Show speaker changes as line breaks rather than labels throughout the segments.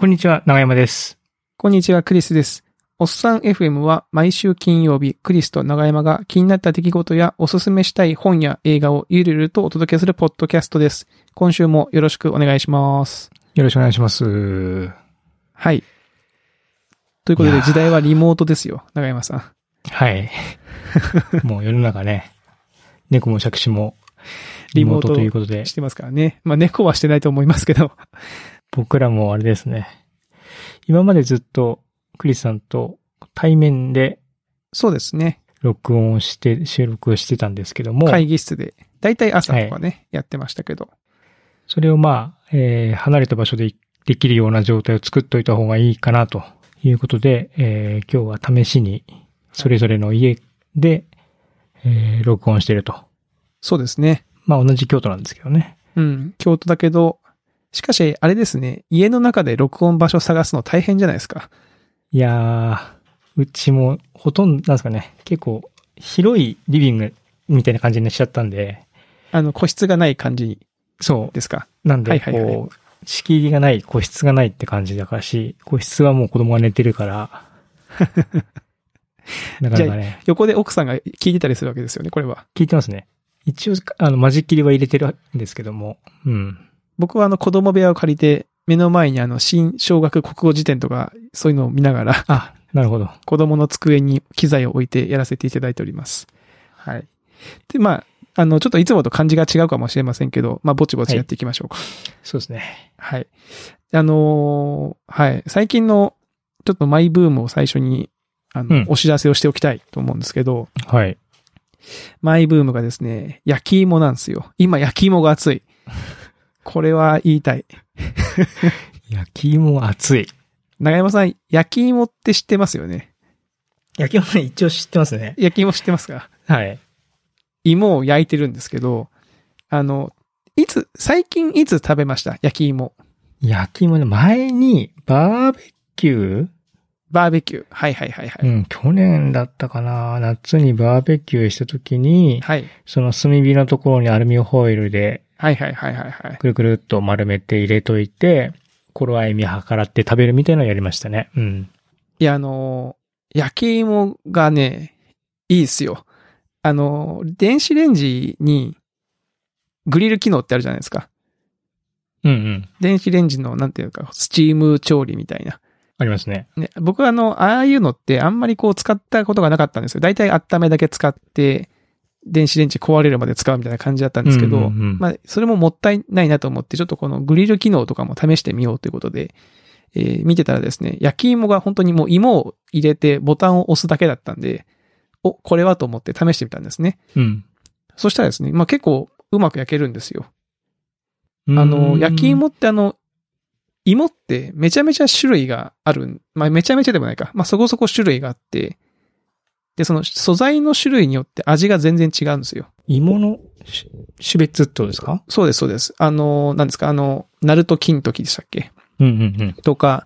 こんにちは、長山です。
こんにちは、クリスです。おっさん FM は毎週金曜日、クリスと長山が気になった出来事やおすすめしたい本や映画をゆるゆるとお届けするポッドキャストです。今週もよろしくお願いします。
よろしくお願いします。
はい。ということ
い
で、
やー
時代はリモートですよ、長山さん。
はい。 もう世の中ね、猫も借子もリ
リ
モー
モー
ト
ト
ということで、
してますからね。まあ、猫はしてないと思いますけど。
僕らもあれですね。今までずっとクリスさんと対面で
そうですね。
録音をして、収録をしてたんですけども、
会議室で。だいたい朝とかね、やってましたけど。
それをまあ、えー離れた場所でできるような状態を作っといた方がいいかなということで、えー今日は試しに、それぞれの家で、えー録音してると。
そうですね。
まあ同じ京都なんですけどね。
うん、京都だけど、しかし、あれですね、家の中で録音場所探すの大変じゃないですか。
いやー、うちもほとんど、なんですかね、結構広いリビングみたいな感じにしちゃったんで、
あの、個室がない感じ
そ
ですか。
う。なんで、
はいはいはい
こう、仕切りがない、個室がないって感じだからし、個室はもう子供が寝てるから、 なかなかね、
横で奥さんが聞いてたりするわけですよね、これは。
聞いてますね。一応、あの、間仕切りは入れてるんですけども、うん。
僕はあの、子供部屋を借りて、目の前にあの、新小学国語辞典とか、そういうのを見ながら、
あ、なるほど。
子供の机に機材を置いてやらせていただいております。はい。で、まあ、あの、ちょっといつもと感じが違うかもしれませんけど、まあ、ぼちぼちやっていきましょうか。
そうですね。
はい。あのーはい。最近の、ちょっとマイブームを最初に、あの、
うん
お知らせをしておきたいと思うんですけど、
はい。
マイブームがですね、焼き芋なんですよ。今、焼き芋が 熱い。これは言いたい。
焼き芋は熱い。
長山さん、焼き芋って知ってますよね
焼き芋は一応知ってますね。
焼き芋知ってますか
はい。
芋を焼いてるんですけど、あの、いつ、最近いつ食べました焼き芋。
焼き芋ね、前に、バーベキュー
バーベキュー。はいはいはいは
う
い。
ん、去年だったかな夏にバーベキューした時に、
はい。
その炭火のところにアルミホイルで、
はいはいはいはいはい。
くるくるっと丸めて入れといて、頃合い見計らって食べるみたいなのをやりましたね。うん。
いや、あのー、焼き芋がね、いいっすよ。あのー、電子レンジにグリル機能ってあるじゃないですか。
うんうん。
電子レンジの、なんていうか、スチーム調理みたいな。
ありますね。
ね、僕はあの、ああいうのってあんまりこう使ったことがなかったんですよ。大体温めだけ使って、電子レンジ壊れるまで使うみたいな感じだったんですけど、
うんうんうん
まあ、それももったいないなと思って、ちょっとこのグリル機能とかも試してみようということで、えー見てたらですね、焼き芋が本当にもう芋を入れてボタンを押すだけだったんで、お、これはと思って試してみたんですね。
うん。
そしたらですね、まあ結構うまく焼けるんですよ。あの、焼き芋ってあの、芋ってめちゃめちゃ種類があるん。まあ、めちゃめちゃでもないか。まあ、そこそこ種類があって、で、その素材の種類によって味が全然違うんですよ。
芋のし種別ってことですか
そうです、そうです。あの、なんですか、あの、ナルト金時でしたっけ
うんうんうん。
とか、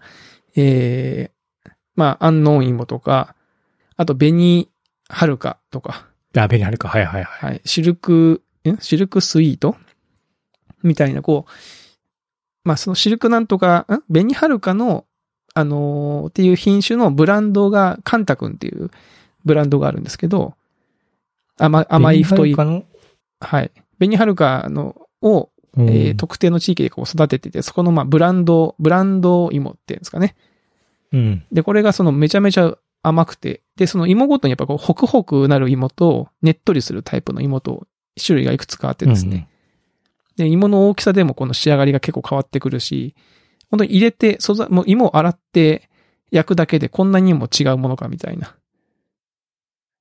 えー、まあ、安納芋とか、あと、紅はるかとか、
あ、ベニハルか。はいはいはい。
はい、シルク、んシルクスイートみたいな、こう、まあ、そのシルクなんとか、ん紅はるかの、あのーっていう品種のブランドが、カンタ君っていうブランドがあるんですけど、甘甘い太い、
紅はるか
はい。紅はるかの、を、
の、
えー
うん
特定の地域でこう育ててて、そこのまあブランド、ブランド芋っていうんですかね。
うん。
で、これがそのめちゃめちゃ甘くて、で、その芋ごとにやっぱこう、ホクホクなる芋と、ねっとりするタイプの芋と、種類がいくつかあってですね。で、芋の大きさでもこの仕上がりが結構変わってくるし、本当に入れて、素材、もう芋を洗って焼くだけでこんなにも違うものかみたいな。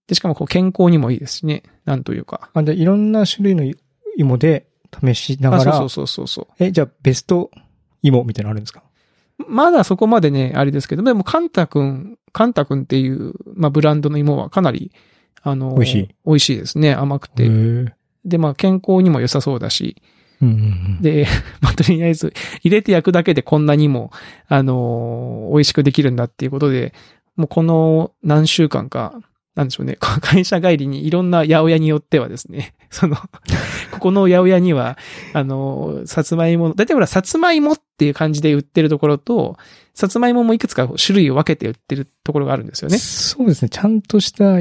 で、しかもこう健康にもいいですしね。なんというか。
うん。あ、じゃあいろんな種類の芋で試しな
あ
がら、
そうそうそうそうそ
え、じゃあベスト芋みたいなのあるんですか
う。まだそこまでね、あれですけど、でもカンタ君、カンタ君っていう、まあ、ブランドの芋はかなり、あの、
美味しい。
美味しいですね。甘くて。
うん
で、まあ、健康にも良さそうだし、
うんうん。
で、 まあ、とりあえず、入れて焼くだけでこんなにも、あのー美味しくできるんだっていうことで、もうこの何週間か、なんでしょうね、こ う会社帰りにいろんな八百屋によってはですね、 その、ここの八百屋には、あのーさつまいもの、だいたいほら、さつまいもっっていう感じで売ってるところと、さつまいももいくつか種類を分けて売ってるところがあるんですよね。
そうですね。ちゃんとした、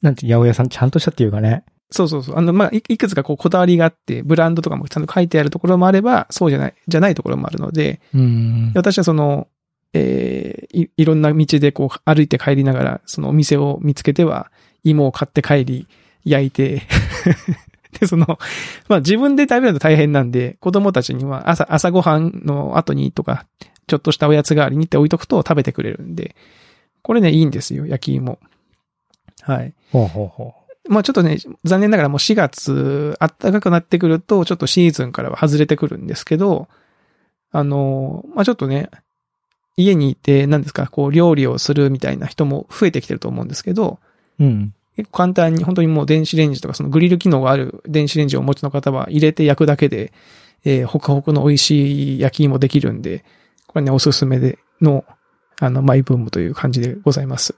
なんて、八百屋さん、ちゃんとしたっていうかね。
そうそうそう。あの、まあ、いいくつかこうこだわりがあって、ブランドとかもちゃんと書いてあるところもあれば、そうじゃない、じゃないところもあるので、
うん
で。私はその、えーい、いろんな道でこう歩いて帰りながら、そのお店を見つけては、芋を買って帰り、焼いて、 で、その、まあ自分で食べるの大変なんで、子供たちには朝、朝ごはんの後にとか、ちょっとしたおやつ代わりにって置いとくと食べてくれるんで、これね、いいんですよ、焼き芋。はい。
ほうほうほ
まあちょっとね、残念ながらもう4月、暖かくなってくると、ちょっとシーズンからは外れてくるんですけど、あの、まあちょっとね、家にいて、何ですか、こう、料理をするみたいな人も増えてきてると思うんですけど、
う。うん。
結構簡単に、本当にもう電子レンジとか、そのグリル機能がある電子レンジをお持ちの方は入れて焼くだけで、えーホクホクの美味しい焼き芋できるんで、これね、おすすめでの、あの、マイブームという感じでございます。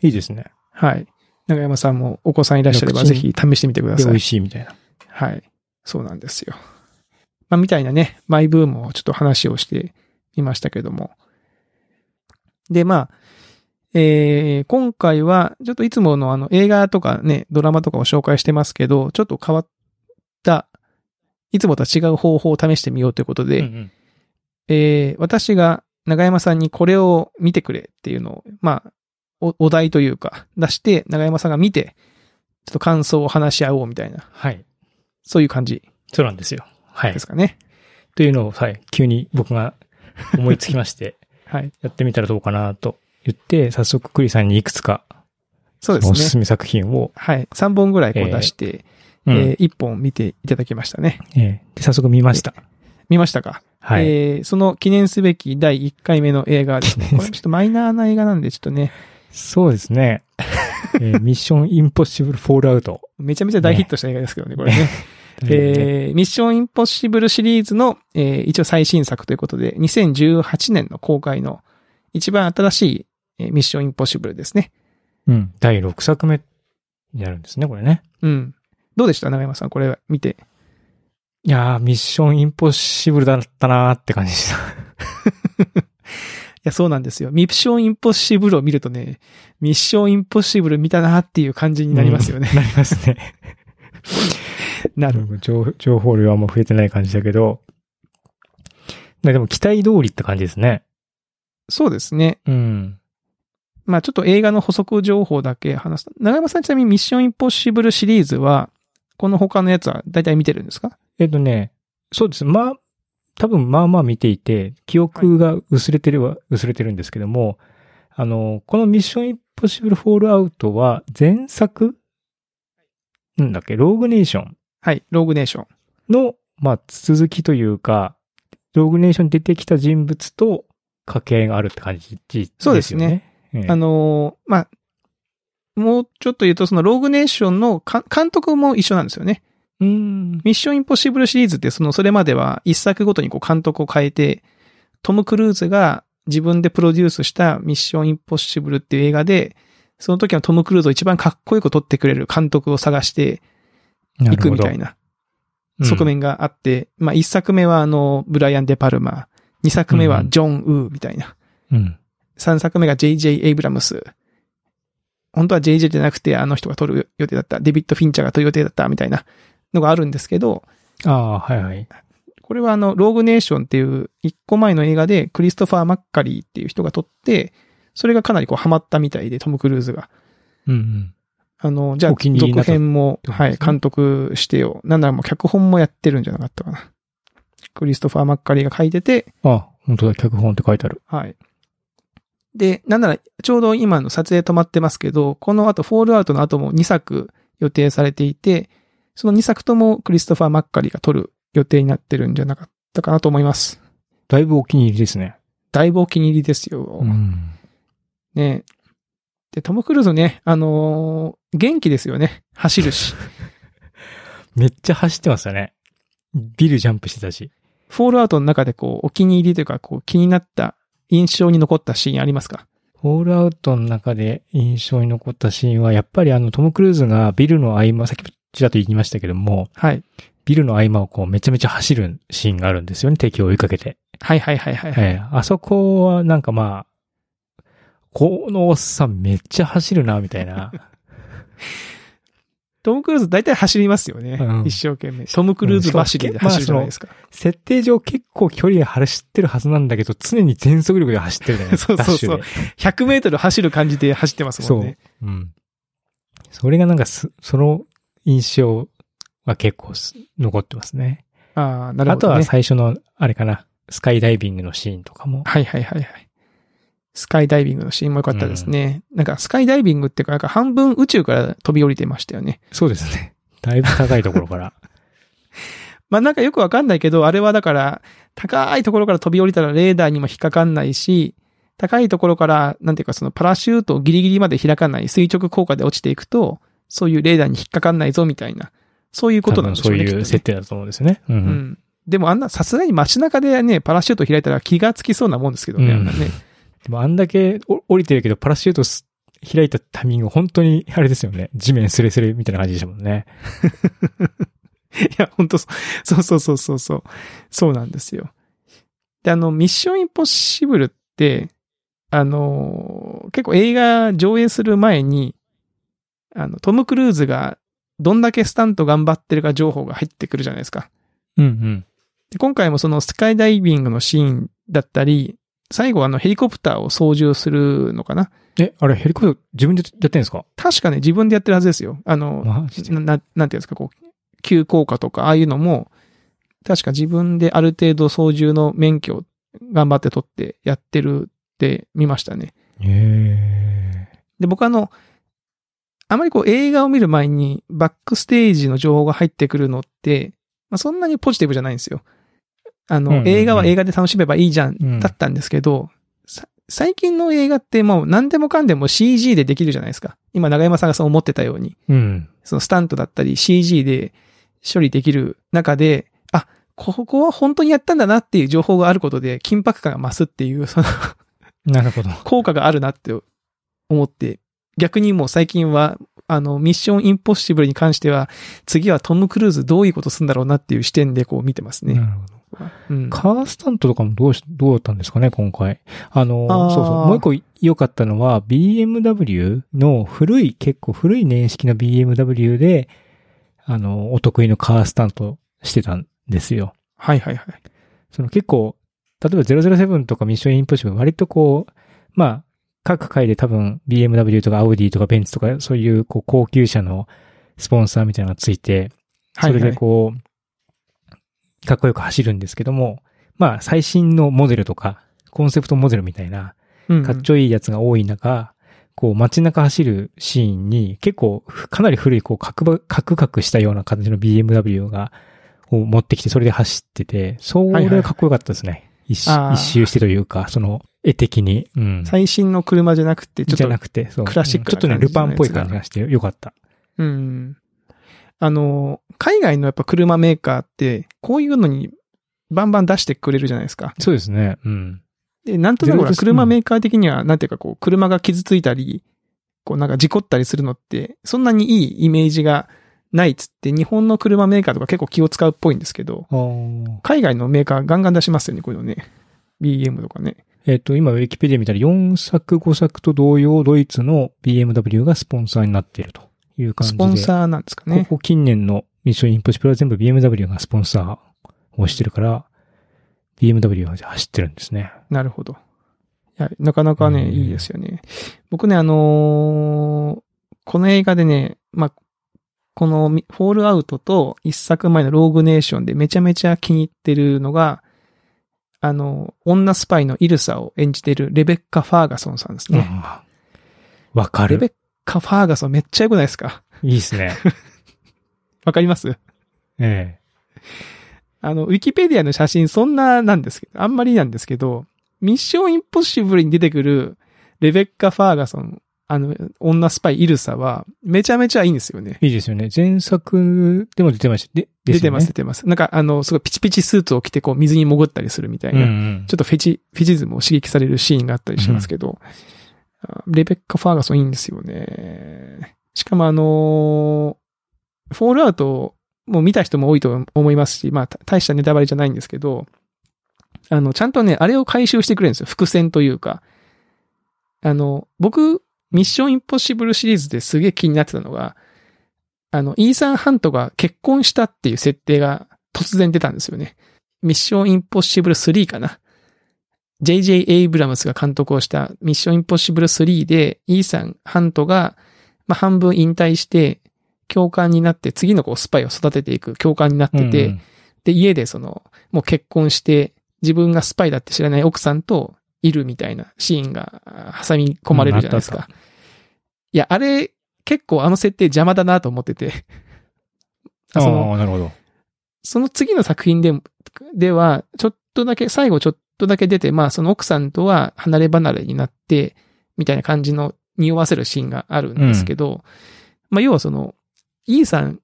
いいですね。
はい。長山さんもお子さんいらっしゃれば、
口に
ぜひ試してみてくだ
で、
さ
美
い
味。しいみたいな。
はい。そうなんですよ。まあ、みたいなね、マイブームをちょっと話をしてみましたけども。で、まあ、えー、今回は、ちょっといつものあの映画とかね、ドラマとかを紹介してますけど、ちょっと変わった、いつもとは違う方法を試してみようということで、
うんうん
えー私が長山さんにこれを見てくれっていうのを、まあ、おお題というか、出して、長山さんが見て、ちょっと感想を話し合おうみたいな、
はい。
そういう感じ
そうなんですよ。はい
で。すかね。
というのを、はい、急に僕 が思いつきまして、
はい。
やってみたらどうかなと言って、早速クリさんにいくつか、
そうで
おす
す
す
ね。
め作品を、
はい。3本ぐらいこう
えー
出して、え
うん
1本見ていただきましたね。
えーで早速見ました。
見ましたか、
はい。
えーその記念すべき第1回目の映画ですね。これちょっとマイナーな映画なんで、ちょっとね、
そうです ね。えーミッションインポッシブルフォールアウト。
めちゃめちゃ大ヒットした映画ですけどね、 これね。
え
えーミッションインポッシブルシリーズの、えー一応最新作ということで、2018年の公開の一番新しい、えーミッションインポッシブルですね。
うん。第6作目になるんですね、これね。
うん。どうでした長山さん、これ見て。
いやー、ミッションインポッシブルだったなーって感じでした。
いや、そうなんですよ。ミッションインポッシブルを見るとね、ミッションインポッシブル見たなっていう感じ になりますよね。
なりますね。
なる。
情情報量はもう増えてない感じだけど。ねでも期待通りって感じですね。
そうですね。
うん。
まあちょっと映画の補足情報だけ話すと。長山さんちなみにミッションインポッシブルシリーズは、この他のやつは大体見てるんですか
えっとね、そうです。まあ、多分まあまあ見ていて、記憶が薄れてるは、薄れてるんですけども、あの、このミッションインポッシブルフォールアウトは前作なんだっけ、ローグネーション
はい。ローグネーション。
の、まあ、続きというか、ローグネーションに出てきた人物と掛け合いがあるって感じですよね。
そうですね
ええ。
あのーまあ、もうちょっと言うと、そのローグネーションのか監督も一緒なんですよね。
うん。
ミッションインポッシブルシリーズって、その、それまでは一作ごとにこう監督を変えて、トム・クルーズが自分でプロデュースしたミッションインポッシブルっていう映画で、その時のトム・クルーズを一番かっこよく撮ってくれる監督を探していくみたいな側面があって、まあ一作目はあの、ブライアン・デ・パルマー、二作目はジョン・ウーみたいな。
うん。うん。
3作目が JJ エイブラムス。本当は JJ じゃなくて、あの人が撮る予定だった。デビッド・フィンチャーが撮る予定だった、みたいなのがあるんですけど、
ああ、はいはい。
これはあの、ローグネーションっていう1個前の映画で、クリストファー・マッカリーっていう人が撮って、それがかなりこうハマったみたいで、トム・クルーズが。
うんうん。
あの、じゃあ
お気、に入りにな
続
った
編も、
てこと
は
です
い、
ね
監督してよ。なんならもう脚本もやってるんじゃなかったかな。クリストファー・マッカリーが書いてて、
あ、本当だ、脚本って書いてある。
はい。で、なんなら、ちょうど今の撮影止まってますけど、この後、フォールアウトの後も2作予定されていて、その2作ともクリストファー・マッカリーが撮る予定になってるんじゃなかったかなと思います。
だいぶお気に入りですね。
だいぶお気に入りですよ。
ん。
ねで、トム・クルーズね、あのー元気ですよね。走 るし。
めっちゃ走ってましたね。ビルジャンプしてたし。
フォールアウトの中でこう、お気に入りというか、こう、気になった、印象に残ったシーンありますか
ホールアウトの中で印象に残ったシーンは、やっぱりあの、トム・クルーズがビルの合間、さっきちらっと言いましたけども、
はい。
ビルの合間をこう、めちゃめちゃ走るシーンがあるんですよね、敵を追いかけて。
はいはいはいはいはい。
ええあそこはなんかまあ、このおっさんめっちゃ走るな、みたい な。
トム・クルーズ大体走りますよね。
うん
一生懸命。トム・クルーズ走りで走るじゃないですか。
設定上結構距離走ってるはずなんだけど、常に全速力で走ってるじゃないです
そ
か。
うそうそう
ダッシュで
100メートル走る感じで走ってますもんね。
そう。うん。それがなんかす、その印象は結構す残ってますね。
ああ、なる
あ
ほ
と
ど、ね。
は最初の、あれかな、スカイダイビングのシーンとかも。
はいはいはいはい。スカイダイビングのシーンも良かったですね。なんかスカイダイビングっていうか、なんか半分宇宙から飛び降りてましたよね。
そうですね。だいぶ高いところから。
まあなんかよくわかんないけど、あれはだから、高いところから飛び降りたらレーダーにも引っかかんないし、高いところから、なんていうかそのパラシュートをギリギリまで開かない垂直効果で落ちていくと、そういうレーダーに引っかかんないぞみたいな、そう いうこ
多
となん
分
でしょ
そうう
ね。
いう
きっとね
設定だと思うんですね。うん
う。ん。でもあんな、さすがに街中でね、パラシュート開いたら気がつきそうなもんですけどね、
うん
あんなね。
でもあんだけお降りてるけど、パラシュートす開いたタイミング、本当にあれですよね。地面スレスレみたいな感じでしたもんね。
いや、本当そうそうそうそうそう。そうなんですよ。で、あの、ミッションインポッシブルって、あの、結構映画上映する前に、あの、トム・クルーズがどんだけスタント頑張ってるか情報が入ってくるじゃないですか。
うんうん。
で今回もそのスカイダイビングのシーンだったり、最後あのヘリコプターを操縦するのかな
え、あれヘリコプター自分でやってんですか
確かね、自分でやってるはずですよ。あの、
マジで
な、ななんていうんですか、こう、急降下とか、ああいうのも、確か自分である程度操縦の免許を頑張って取ってやってるって見ましたね。
へ
で、僕あの、あまりこう映画を見る前にバックステージの情報が入ってくるのって、まあ、そんなにポジティブじゃないんですよ。あの、
うんうんうん
映画は映画で楽しめばいいじゃん、
うん
だったんですけど、さ最近の映画ってもう何でもかんでも CG でできるじゃないですか。今長山さんがそう思ってたように。
え。うん。
そのスタントだったり CG で処理できる中で、あ、ここは本当にやったんだなっていう情報があることで緊迫感が増すっていう、その
なるほど。
効果があるなって思って、逆にもう最近は、あの、ミッションインポッシブルに関しては、次はトム・クルーズどういうことするんだろうなっていう視点でこう見てます
な
ね。
るほど。
うん。
カースタントとかもどうし、どうだったんですかね、今回。あの、
あー
そうそう。もう一個良かったのは、BMW の古い、結構古い年式の BMW で、あの、お得意のカースタントしてたんですよ。
はいはいはい。
その結構、例えば007とかミッションインポッシブル、割とこう、まあ、各回で多分 BMW とかアウディとかベンツとか、そういうこう高級車のスポンサーみたいなのがついて、
は
そ
い、
れ
は
で
い。
こう、かっこよく走るんですけども、まあ最新のモデルとか、コンセプトモデルみたいな、
うんうん
かっちょいいやつが多い中、こう街中走るシーンに結構ふかなり古いこうカクバカクカクしたような感じの BMW が、を持ってきてそれで走ってて、そ
はい
れ
はい
がかっこよかったですね。一周
あー
一周してというか、その絵的に。うん。
最新の車じゃなくて、ちょっ
じゃ
と
なくて、そう
クラシック
うんちょっと
な
ね、
感
ル
じの
パ
やつが
ンっぽい感じがしてよかった。
うん。あの、海外のやっぱ車メーカーって、こういうのにバンバン出してくれるじゃないですか。
そうですね。うん。
で、なんとなく
自動
ほら
です
車メーカー的には、なんていうかこう、車が傷ついたり、こうなんか事故ったりするのって、そんなにいいイメージがないっつって、日本の車メーカーとか結構気を使うっぽいんですけど、海外のメーカーガンガン出しますよね、こういうのね。BM とかね。
えっ、と、今、ウィキペディア見たら4作5作と同様、ドイツの BMW がスポンサーになっているという感じ
ス
で。
ポンサーなんですかね。
ここ近年のミッションインポッシブルは全部 BMW がスポンサーをしてるから、BMW は走ってるんですね。
なるほど。いや、なかなかね、
うん
いいですよね。僕ね、あのーこの映画でね、まあ、このみフォールアウトと一作前のローグネーションでめちゃめちゃ気に入ってるのが、あの、女スパイのイルサを演じているレベッカ・ファーガソンさんですね。
ああわか
レベ
る。
ッカ・ファーガソンめっちゃ良くないですか
いいですね。
わかります
え
あの、ウィキペディアの写真そんななんですけど、あんまりなんですけど、ミッションインポッシブルに出てくるレベッカ・ファーガソン、あの、女スパイイルサは、めちゃめちゃいいんですよね。
えいいですよね。前作でも出てました。で、で
出
す
て
よね
ます、出。てます。なんか、あの、すごいピチピチスーツを着て、こう、水に潜ったりするみたい
うん
な、
うん
ちょっとフェチ、フェチズムを刺激されるシーンがあったりしますけど、あレベッカ・ファーガソンいいんですよね。しかも、あのーフォールアウトも見た人も多いと思いますし、まあ、た大したネタバレじゃないんですけど、あの、ちゃんとね、あれを回収してくれるんですよ。伏線というか。あの、僕、ミッションインポッシブルシリーズですげえ気になってたのが、あの、イーサン・ハントが結婚したっていう設定が突然出たんですよね。ミッションインポッシブル3かな。JJ エイブラムスが監督をしたミッションインポッシブル3で、イーサン・ハントが、まあ、半分引退して、教官になって、次のこうスパイを育てていく教官になってて、
うん
で、家でその、もう結婚して、自分がスパイだって知らない奥さんといるみたいなシーンがあー挟み込まれるじゃないです
うんあ
か。いや、あれ、結構あの設定邪魔だなと思ってて。あその
ああ、なるほど。
その次の作品でも、では、ちょっとだけ、最後ちょっとだけ出て、まあその奥さんとは離れ離れになって、みたいな感じの匂わせるシーンがあるんですけど、まあ要はその、イーさん、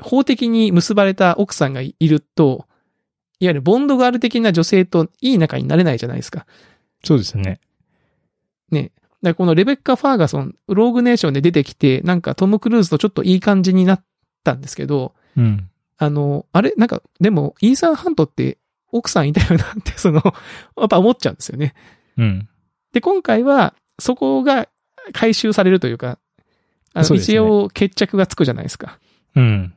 法的に結ばれた奥さんがいると、いわゆるボンドガール的な女性といい仲になれないじゃないですか。
そうですね。
だからこのレベッカ・ファーガソン、ローグネーションで出てきて、なんかトム・クルーズとちょっといい感じになったんですけど、
うん。
あの、あれなんか、でも、イーサン・ハントって奥さんいたよなって、 その、やっぱ思っちゃうんですよね。
うん。
で、今回は、そこが回収されるというか、あの
そうですね
一応決着がつくじゃないですか。
うん。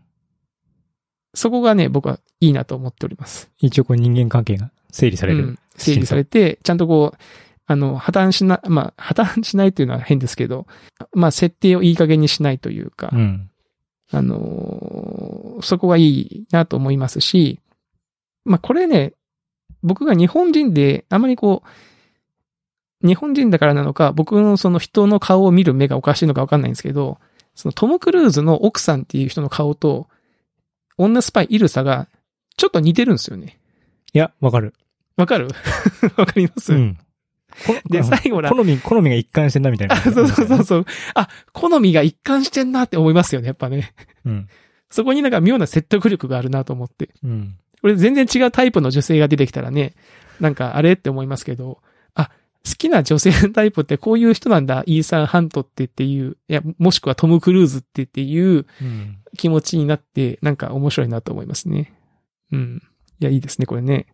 そこがね、僕はいいなと思っております。
一応こう人間関係が整理され
う
る。
ん整理されて、ちゃんとこう、あの、破綻しな、まあ、破綻しないというのは変ですけど、まあ、設定をいい加減にしないというか、
うん。
あのーそこがいいなと思いますし、まあ、これね、僕が日本人で、あまりこう、日本人だからなのか、僕のその人の顔を見る目がおかしいのかわかんないんですけど、そのトム・クルーズの奥さんっていう人の顔と、女スパイイルサが、ちょっと似てるんですよね。
いや、わかる。
わかる わかります、
うん。こ
で、最後ほら、
好み、好みが一貫してんだみたいな。
あ そうそうそうそう。あ、好みが一貫してんなって思いますよね、やっぱね。
うん。
そこになんか妙な説得力があるなと思って。
うん。
これ全然違うタイプの女性が出てきたらね、なんかあれって思いますけど、あ、好きな女性のタイプってこういう人なんだ、イーサン・ハントってっていう、いや、もしくはトム・クルーズってっていう
うん。
気持ちになって、なんか面白いなと思いますね。うん。いや、いいですね、これね。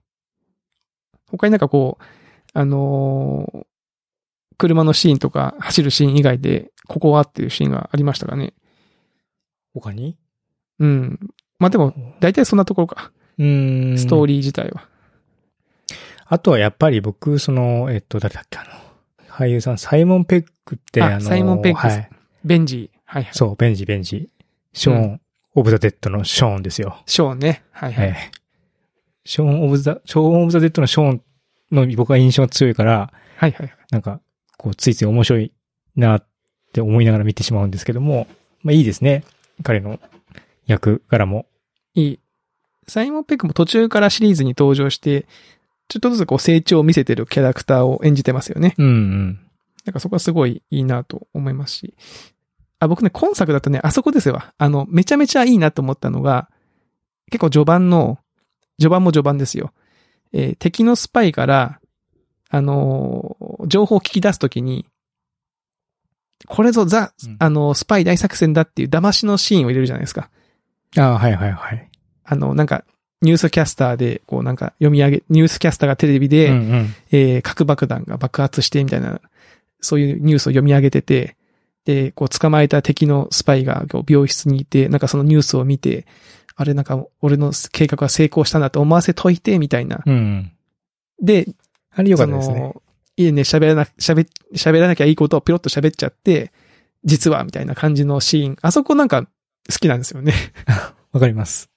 他になんかこう、あのー車のシーンとか走るシーン以外で、ここはっていうシーンがありましたかね。
他に
うん。まあでも、大体そんなところか。
うん。
ストー
リー。
リー自体は。
あとはやっぱり僕、その、えっと、誰だっけ、あの、俳優さん、サイモン・ペックって、
あ
あの、
サイモンペックさん
はい。
ベンジー。はいはい。
そう、ベンジ、ベンジ。ショーン、
う
オブ・ザ・デッドのショーンですよ。
ショーンね。はいはい。
ええショーン・オブ・ザ、ショーン・オブ・ザ・デッドのショーンの僕は印象が強いから、
はいはい。
なんか、こう、ついつい面白いなって思いながら見てしまうんですけども、まあいいですね。彼の役柄も。
いい。サイモン・ペックも途中からシリーズに登場して、ちょっとずつこう成長を見せてるキャラクターを演じてますよね。
うんうん。
なんかそこはすごいいいなと思いますし。あ、僕ね、今作だとね、あそこですよ。あの、めちゃめちゃいいなと思ったのが、結構序盤の、序盤も序盤ですよ。えー敵のスパイから、あのー情報を聞き出すときに、これぞザ
うん、
あのースパイ大作戦だっていう騙しのシーンを入れるじゃないですか。
ああ、はいはいはい。
あの、なんか、ニュースキャスターで、こうなんか読み上げ、ニュースキャスターがテレビで、
うんうん。
えー核爆弾が爆発してみたいな、そういうニュースを読み上げてて、で、こう捕まえた敵のスパイがこう病室にいて、なんかそのニュースを見て、あれなんか俺の計画は成功したんだと思わせといて、みたいな。
うんうん。
で、
あれ良かったです
そ
ね。
のいいね、喋らな、喋、喋らなきゃいいことをピロッと喋っちゃって、実は、みたいな感じのシーン。あそこなんか好きなんですよね。
わかります。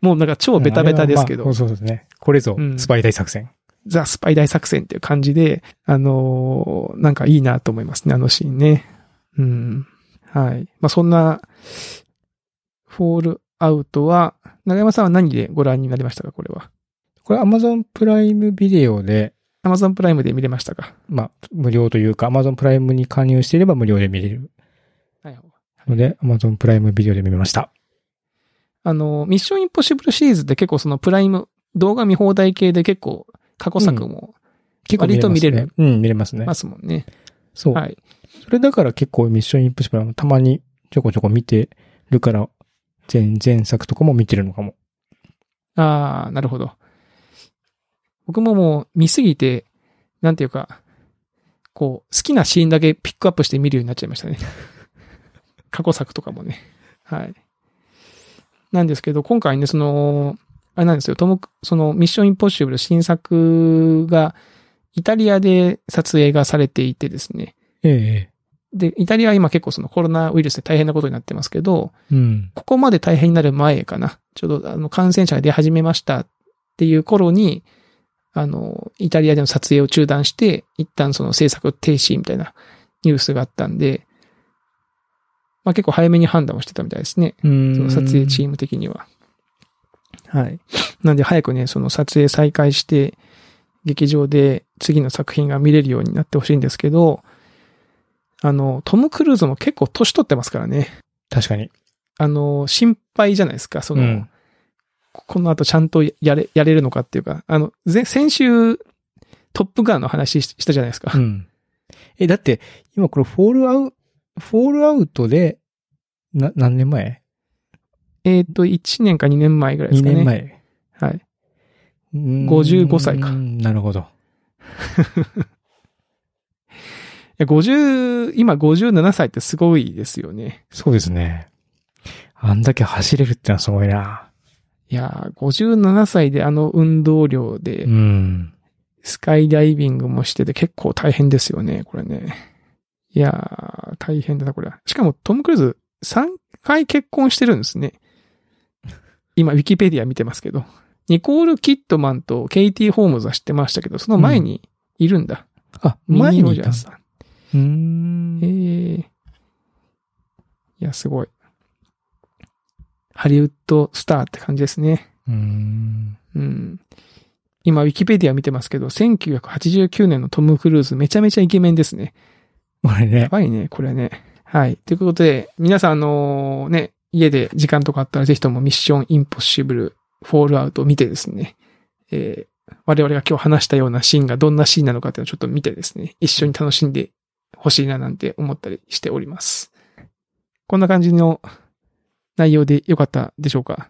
もうなんか超ベタベタですけ
うん
ど
あれはまあ。そうそうですね。これぞ
う、ん
スパイ大作戦。
ザ・スパイ大作戦っていう感じで、あのーなんかいいなと思いますね、あのシーンね。うん。はい。まあ、そんな、フォールアウトは、長山さんは何でご覧になりましたか、これは。
これ Amazon プライムビデオで、
Amazon プライムで見れましたか
まあ、無料というか、Amazon プライムに加入していれば無料で見れる
はい。
ので、Amazon プライムビデオで見ました。
あの、ミッションインポッシブルシリーズって結構そのプライム、動画見放題系で結構過去作も
結構
割と見れ
ますね。うん、見れますね
いま。すもんね。
そう。
はい。
それだから結構ミッションインプッシブルもたまにちょこちょこ見てるから、前、前作とかも見てるのかも。
ああ、なるほど。僕ももう見すぎて、なんていうか、こう、好きなシーンだけピックアップして見るようになっちゃいましたね。 過去作とかもね。はい。なんですけど、今回ね、その、あれなんですよ、トム、その、ミッションインポッシブル新作が、イタリアで撮影がされていてですね。
ええ。
で、イタリアは今結構そのコロナウイルスで大変なことになってますけど、
うん。
ここまで大変になる前かな。ちょうど、あの、感染者が出始めましたっていう頃に、あの、イタリアでの撮影を中断して、一旦その制作停止みたいなニュースがあったんで、まあ結構早めに判断をしてたみたいですね。
そ
その
の
撮影チーム的には。はい。なんで早くね、その撮影再開して、劇場で次の作品が見れるようになってほしいんですけど、あの、トム・クルーズも結構年取ってますからね。
確かに。
あの、心配じゃないですか、その、
うん
この後ちゃんとやれ、やれるのかっていうか、あの、前先週、トップガンの話ししたじゃないですか。
うん。 え、だって、今これフォールアウト、フォールアウトで、な、何年前
えっと、1年か2年前ぐらい
?2
ですかね。
年前。
はい。
うーん
55歳か
うんなるほど。
いや、50、今57歳ってすごいですよね。
そうですね。あんだけ走れるってのはすごいな。
いやー、57歳であの運動量で
う、ん。
スカイダイビングもしてて結構大変ですよね、これね。いやー、大変だな、これは。しかもトム・クルーズ3回結婚してるんですね。今、ウィキペディア見てますけど。ニコール・キットマンとケイティ・ホームズは知ってましたけど、その前にいるんだ。
あ、
ミニ
前
ロ
に
ジ
い
ャー
た。
スさん。
うー
ええ
ん。
いや、すごい。ハリウッドスターって感じですね。
うーん。
うん。今、ウィキペディア見てますけど、1989年のトム・クルーズ、めちゃめちゃイケメンですね。
これ
や
ね。
ばいね、これね。はい。ということで、皆さん、あのね、家で時間とかあったら、ぜひともミッションインポッシブル、フォールアウトを見てですね、えー我々が今日話したようなシーンがどんなシーンなのかっていうのをちょっと見てですね、一緒に楽しんでほしいななんて思ったりしております。こんな感じの内容でよかったでしょうか、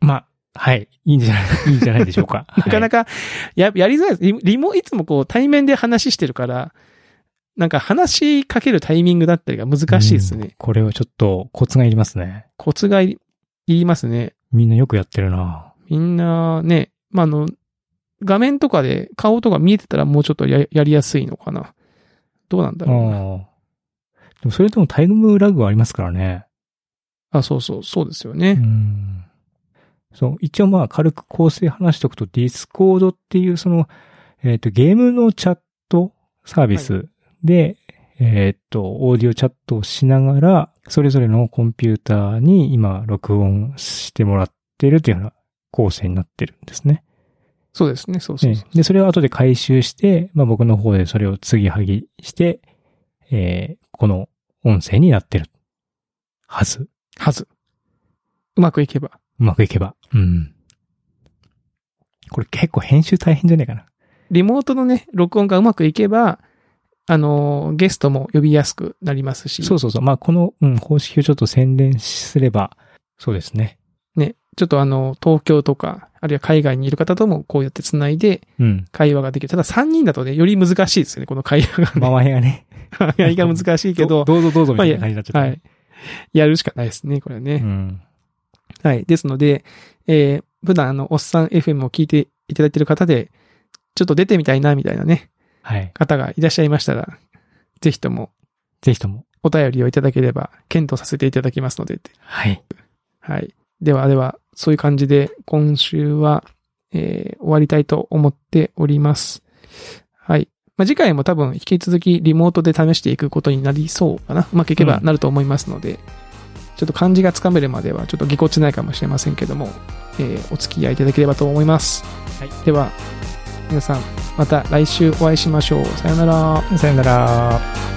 まあ、はい。いいんじゃない、いいんじゃないでしょうか。
なかな
か。
かや、やりづらいです。リリモ、いつもこう対面で話してるから、なんか話しかけるタイミングだったりが難しいですね
うん。これはちょっとコツがいりますね。
コツがいりますね。
みんなよくやってるな。
みんなね、まあ、あの、画面とかで顔とか見えてたらもうちょっとややりやすいのかな。どうなんだ
ああ
ろうな。
ー。でもそれでもタイムラグはありますからね。
あ、そうそう、そうですよ
う
ね。
ん。そう、一応まあ軽く構成話しておくと、ディスコードっていうその、えっ、と、ゲームのチャットサービスで、えっ、と、オーディオチャットをしながら、それぞれのコンピューターに今録音してもらってるというような構成になってるんですね。
そうですね、そうそうそう。
ええで、それを後で回収して、まあ僕の方でそれを継ぎはぎして、えーこの音声になってる。はず。
はず。うまくいけば。
うまくいけば。うん。これ結構編集大変じゃねえかな。
リモートのね、録音がうまくいけば、あのー、ゲストも呼びやすくなりますし、
そうそうそう。まあこの、うん、方式をちょっと宣伝すれば、そうですね。
ね、ちょっとあの、東京とか、あるいは海外にいる方ともこうやって繋いで
うん。
会話ができる。ただ3人だとね、より難しいですよね、この会話が、ね。
回りがね。
やりが難しいけど、
どうぞどうぞみ
ま
た
あい
い
や
な感じになっちゃった。
はい。やるしかないですね、これはね。
うん。
はい。ですので、えー、普段あの、おっさん FM を聞いていただいている方で、ちょっと出てみたいな、みたいなね、
はい。
方がいらっしゃいましたら、ぜひとも
ぜひとも。
お便りをいただければ、検討させていただきますので、って
はい。
はい。ではでは、そういう感じで、今週は、えー終わりたいと思っております。はい。まあ、次回も多分引き続きリモートで試していくことになりそうかな。うまくいけば
うん
なると思いますので、ちょっと漢字がつかめるまではちょっとぎこちないかもしれませんけども、えーお付き合いいただければと思います。
はい
では、皆さん、また来週お会いしましょう。さよなら。
さよなら。